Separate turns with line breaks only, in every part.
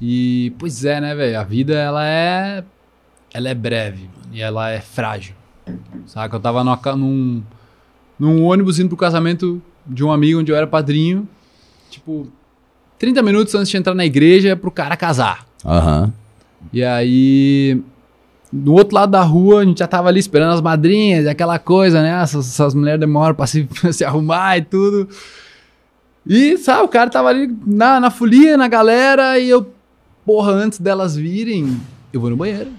E, pois é, né, velho? A vida, ela é. Ela é breve, mano, E ela é frágil. Saca? Eu tava numa ca- num, num ônibus indo pro casamento de um amigo onde eu era padrinho. Tipo, 30 minutos antes de entrar na igreja pro cara casar.
Aham.
E aí. No outro lado da rua, a gente já tava ali esperando as madrinhas, e aquela coisa, né? Essas, essas mulheres demoram pra se, pra se arrumar e tudo. E, sabe, o cara tava ali na, na folia, na galera, e eu, porra, antes delas virem, eu vou no banheiro.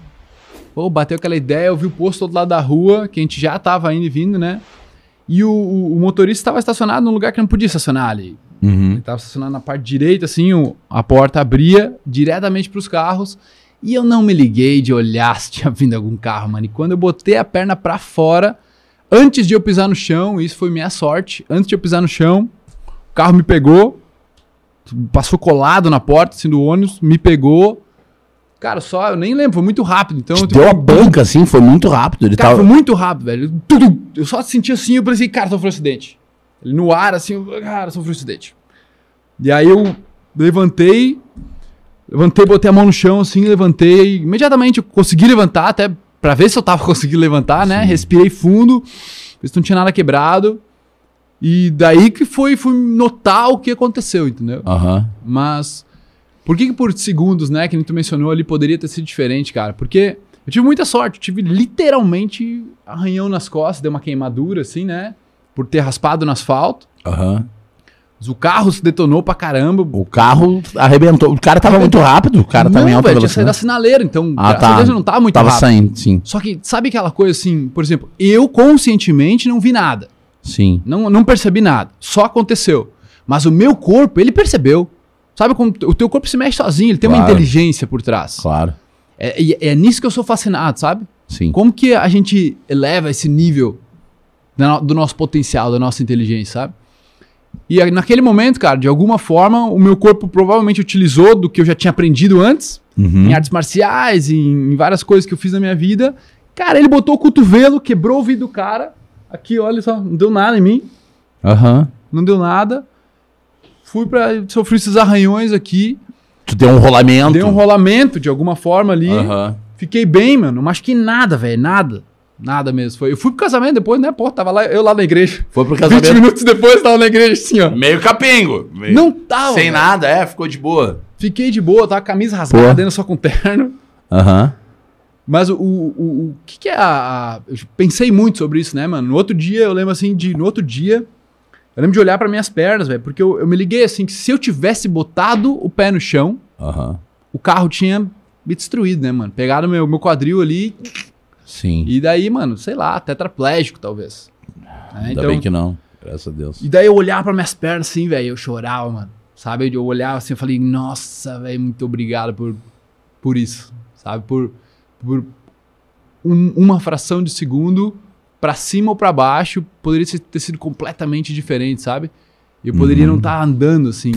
Pô, bateu aquela ideia, eu vi o posto do outro lado da rua, que a gente já tava indo e vindo, né? E o, o- o motorista tava estacionado num lugar que não podia estacionar ali.
Uhum.
Ele tava estacionado na parte direita, assim, o- a porta abria diretamente pros carros. E eu não me liguei de olhar se tinha vindo algum carro, mano. E quando eu botei a perna pra fora, antes de eu pisar no chão, isso foi minha sorte, antes de eu pisar no chão, o carro me pegou, passou colado na porta, assim, do ônibus, me pegou. Cara, só, eu nem lembro, foi muito rápido. Então, eu-
Deu a banca, assim, foi muito rápido. Ele
Cara,
tava...
foi muito rápido, velho. Tudo. Eu só senti assim, eu pensei, cara, sofreu um acidente. Ele no ar, assim, eu, cara, sofreu um acidente. E aí eu levantei, levantei, botei a mão no chão, assim, levantei. Imediatamente eu consegui levantar, até pra ver se eu tava conseguindo levantar, né? Respirei fundo, ver se não tinha nada quebrado. E daí que foi, fui notar o que aconteceu, entendeu?
Aham.
Mas por que, que por segundos, né, que nem tu mencionou ali, poderia ter sido diferente, cara? Porque eu tive muita sorte, eu tive literalmente arranhão nas costas, deu uma queimadura, assim, né? Por ter raspado no asfalto.
Aham.
Mas O carro se detonou pra caramba.
O carro arrebentou. O cara tava muito rápido. O cara tava em
não,
alta
velho, tinha saído da
velocidade.
sinaleira, então
Ah,
graças a
tá.
Deus, eu não tava muito
Tava
rápido.
saindo, sim.
Só que sabe aquela coisa assim, por exemplo, eu conscientemente não vi nada.
Sim.
Não, não percebi nada. Só aconteceu. Mas o meu corpo, ele percebeu. Sabe como t- o teu corpo se mexe sozinho, ele tem uma
Claro.
inteligência por trás.
Claro.
É, e é nisso que eu sou fascinado, sabe?
Sim.
Como que a gente eleva esse nível da no- do nosso potencial, da nossa inteligência, sabe? E aí, naquele momento, cara, de alguma forma, o meu corpo provavelmente utilizou do que eu já tinha aprendido antes,
Uhum.
em artes marciais, em, em várias coisas que eu fiz na minha vida. Cara, ele botou o cotovelo, quebrou o vidro do cara. Aqui, olha só, não deu nada em mim
Aham.
não deu nada. Fui pra. sofri esses arranhões aqui.
Tu deu um rolamento.
Dei um rolamento de alguma forma ali.
Aham.
Fiquei bem, mano. Não machuquei nada, velho. Nada. Nada mesmo. Foi. Eu fui pro casamento depois, né? Pô, tava lá, eu lá na igreja.
Foi pro
20
casamento.
minutos depois tava na igreja assim, ó.
Meio capengo. Meio-
Não tava.
Sem
velho.
nada, é, ficou de boa.
Fiquei de boa, tava com a camisa rasgada,
Pô.
dentro só com terno.
Aham.
Mas o, o, o, o que, que é a, a- Eu pensei muito sobre isso, né, mano? No outro dia, eu lembro assim de. No outro dia, eu lembro de olhar pra minhas pernas, velho. Porque eu, eu me liguei assim que se eu tivesse botado o pé no chão,
Aham.
o carro tinha me destruído, né, mano? Pegaram meu, meu quadril ali
Sim.
e daí, mano, sei lá, tetraplégico talvez. Né,
Ainda
então,
bem que não. Graças a Deus.
E daí eu olhava pra minhas pernas assim, velho, eu chorava, mano. Sabe? Eu olhava assim, eu falei, nossa, velho, muito obrigado por, por isso, sabe? Por, por um- uma fração de segundo pra cima ou pra baixo poderia ser- ter sido completamente diferente, sabe? Eu poderia
Uhum.
não estar andando assim.